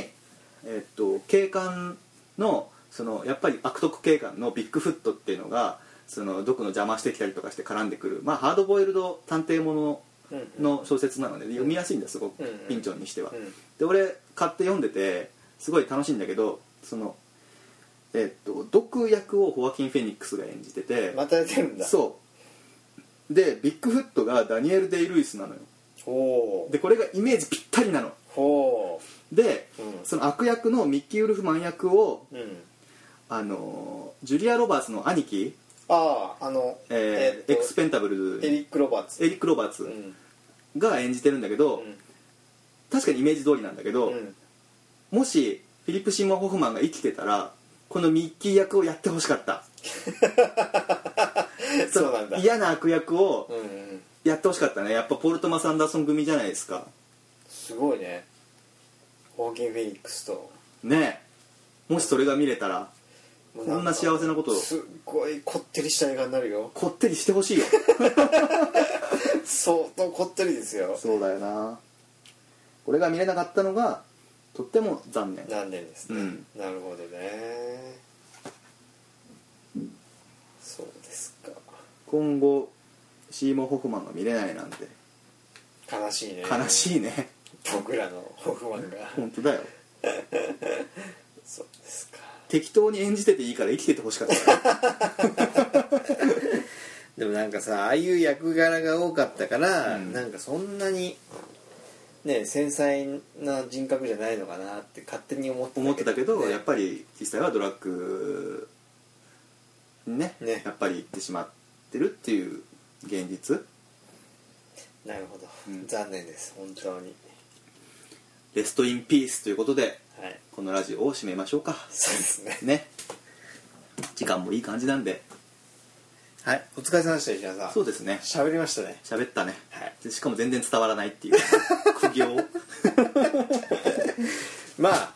Speaker 1: えっと警官のそのやっぱり悪徳警官のビッグフットっていうのがその毒の邪魔してきたりとかして絡んでくる、まあ、ハードボイルド探偵もの
Speaker 2: うんうん
Speaker 1: の小説なので読みやすいんだすごく
Speaker 2: うんうん
Speaker 1: ピンチョンにしては。
Speaker 2: うん
Speaker 1: で俺買って読んでてすごい楽しいんだけどその、えっと毒役をホワキン・フェニックスが演じてて、
Speaker 2: またやってるんだう
Speaker 1: そうでビッグフットがダニエル・デイ・ルイスなのよ
Speaker 2: ほう
Speaker 1: でこれがイメージぴったりなの
Speaker 2: ほ
Speaker 1: で、
Speaker 2: うん
Speaker 1: その悪役のミッキー・ウルフマン役を
Speaker 2: ううん
Speaker 1: あのージュリア・ロバーツの兄貴、
Speaker 2: あああの
Speaker 1: えー
Speaker 2: えーっと
Speaker 1: エクスペンタブル
Speaker 2: エリック・ロバーツ
Speaker 1: エリック・ロバー
Speaker 2: う
Speaker 1: ツ
Speaker 2: ん
Speaker 1: が演じてるんだけど、
Speaker 2: うん
Speaker 1: 確かにイメージ通りなんだけど、
Speaker 2: うん
Speaker 1: もしフィリップ・シーモア・ホフマンが生きてたらこのミッキー役をやってほしかった
Speaker 2: そうなんだ
Speaker 1: の嫌な悪役を
Speaker 2: うんうん
Speaker 1: やってほしかったねやっぱポール・トマス・アンダーソン組じゃないですか
Speaker 2: すごいねホーキン・フェニックスと
Speaker 1: ねえもしそれが見れたら
Speaker 2: こ
Speaker 1: こんな幸せなことを
Speaker 2: すっごいこってりした映画になるよ
Speaker 1: こってりしてほしいよ
Speaker 2: 相当こってりですよ
Speaker 1: そうだよなこれが見れなかったのがとっても残念
Speaker 2: 何年ですね、
Speaker 1: うん
Speaker 2: なるほどねそうですか
Speaker 1: 今後シーモン・ホフマンが見れないなんて
Speaker 2: 悲しいね
Speaker 1: 悲しいね
Speaker 2: 僕らのホフマンが
Speaker 1: 本当だよ
Speaker 2: そうですか
Speaker 1: 適当に演じてていいから生きててほしかった
Speaker 2: でもなんかさああいう役柄が多かったから、
Speaker 1: うん
Speaker 2: なんかそんなにね繊細な人格じゃないのかなって勝手に思って
Speaker 1: 思ってたけど、
Speaker 2: ね
Speaker 1: やっぱり実際はドラッグにね
Speaker 2: ね
Speaker 1: やっぱり行ってしまってるっていう現実
Speaker 2: なるほど、
Speaker 1: うん
Speaker 2: 残念です本当に
Speaker 1: レストインピースということで
Speaker 2: はい
Speaker 1: このラジオを締めましょうか
Speaker 2: そうですね
Speaker 1: ね時間もいい感じなんで
Speaker 2: はいお疲れ様でした石原さん
Speaker 1: そうですね
Speaker 2: 喋りましたね
Speaker 1: 喋ったね、
Speaker 2: はい
Speaker 1: でしかも全然伝わらないっていう 苦行
Speaker 2: まあ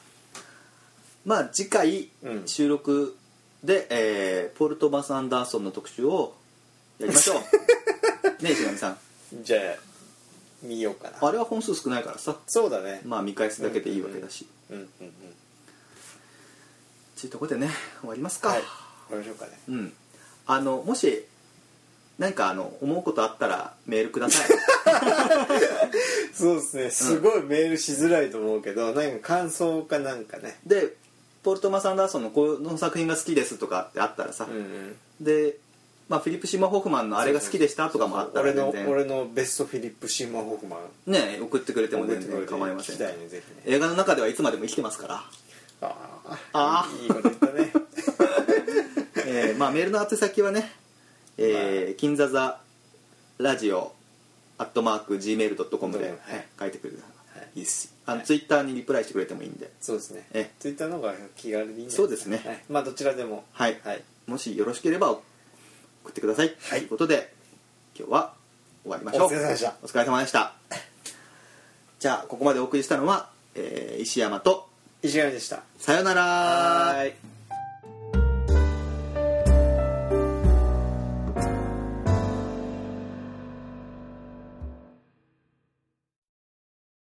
Speaker 1: まあ次回
Speaker 2: うん
Speaker 1: 収録で、えーポルトバス・アンダーソンの特集をやりましょう ねえ石上さん
Speaker 2: じゃあ見ようかな
Speaker 1: あれは本数少ないからさ
Speaker 2: そうだね
Speaker 1: まあ見返すだけでいいわけだし、
Speaker 2: うんうんうん
Speaker 1: ちいうとこでね終わりますか、
Speaker 2: はい終わりましょうかね
Speaker 1: うんあのもしなんかあの思うことあったらメールください
Speaker 2: そうですねすごいメールしづらいと思うけど、なんか感想かなんかね
Speaker 1: でポルトマス・アンダーソンのこの作品が好きですとかってあったらさ、
Speaker 2: ん
Speaker 1: で、まあ、フィリップ・シーマー・ホフマンのあれが好きでしたとかもあったら
Speaker 2: 俺
Speaker 1: 全
Speaker 2: の
Speaker 1: 然
Speaker 2: 俺のベストフィリップ・シーマー・ホフマン
Speaker 1: ね送ってくれても全
Speaker 2: 覚え
Speaker 1: 然
Speaker 2: てくれて
Speaker 1: 構いませ
Speaker 2: 聞
Speaker 1: ん
Speaker 2: きたいねぜひね
Speaker 1: 映画の中ではいつまでも生きてますから、
Speaker 2: あ
Speaker 1: あ
Speaker 2: いいこと言ったね
Speaker 1: えーまあ、メールの宛先はね、えー金座座ラジオアットマーク Gmail.com で、
Speaker 2: はい
Speaker 1: 書いてくれたら
Speaker 2: はい
Speaker 1: いいですあの、
Speaker 2: はい
Speaker 1: ツイッターにリプライしてくれてもいいんで
Speaker 2: そうですね
Speaker 1: え
Speaker 2: ツイッターの方が気軽でいいんじゃない
Speaker 1: そうですね
Speaker 2: はいまあどちらでも
Speaker 1: はい
Speaker 2: はい
Speaker 1: もしよろしければ送ってください、
Speaker 2: はい
Speaker 1: ということで今日は終わりましょう
Speaker 2: お疲れ様でした
Speaker 1: お疲れ様でしたじゃあここまでお送りしたのは、えー石山と
Speaker 2: 石上でした
Speaker 1: さよなら
Speaker 2: はーい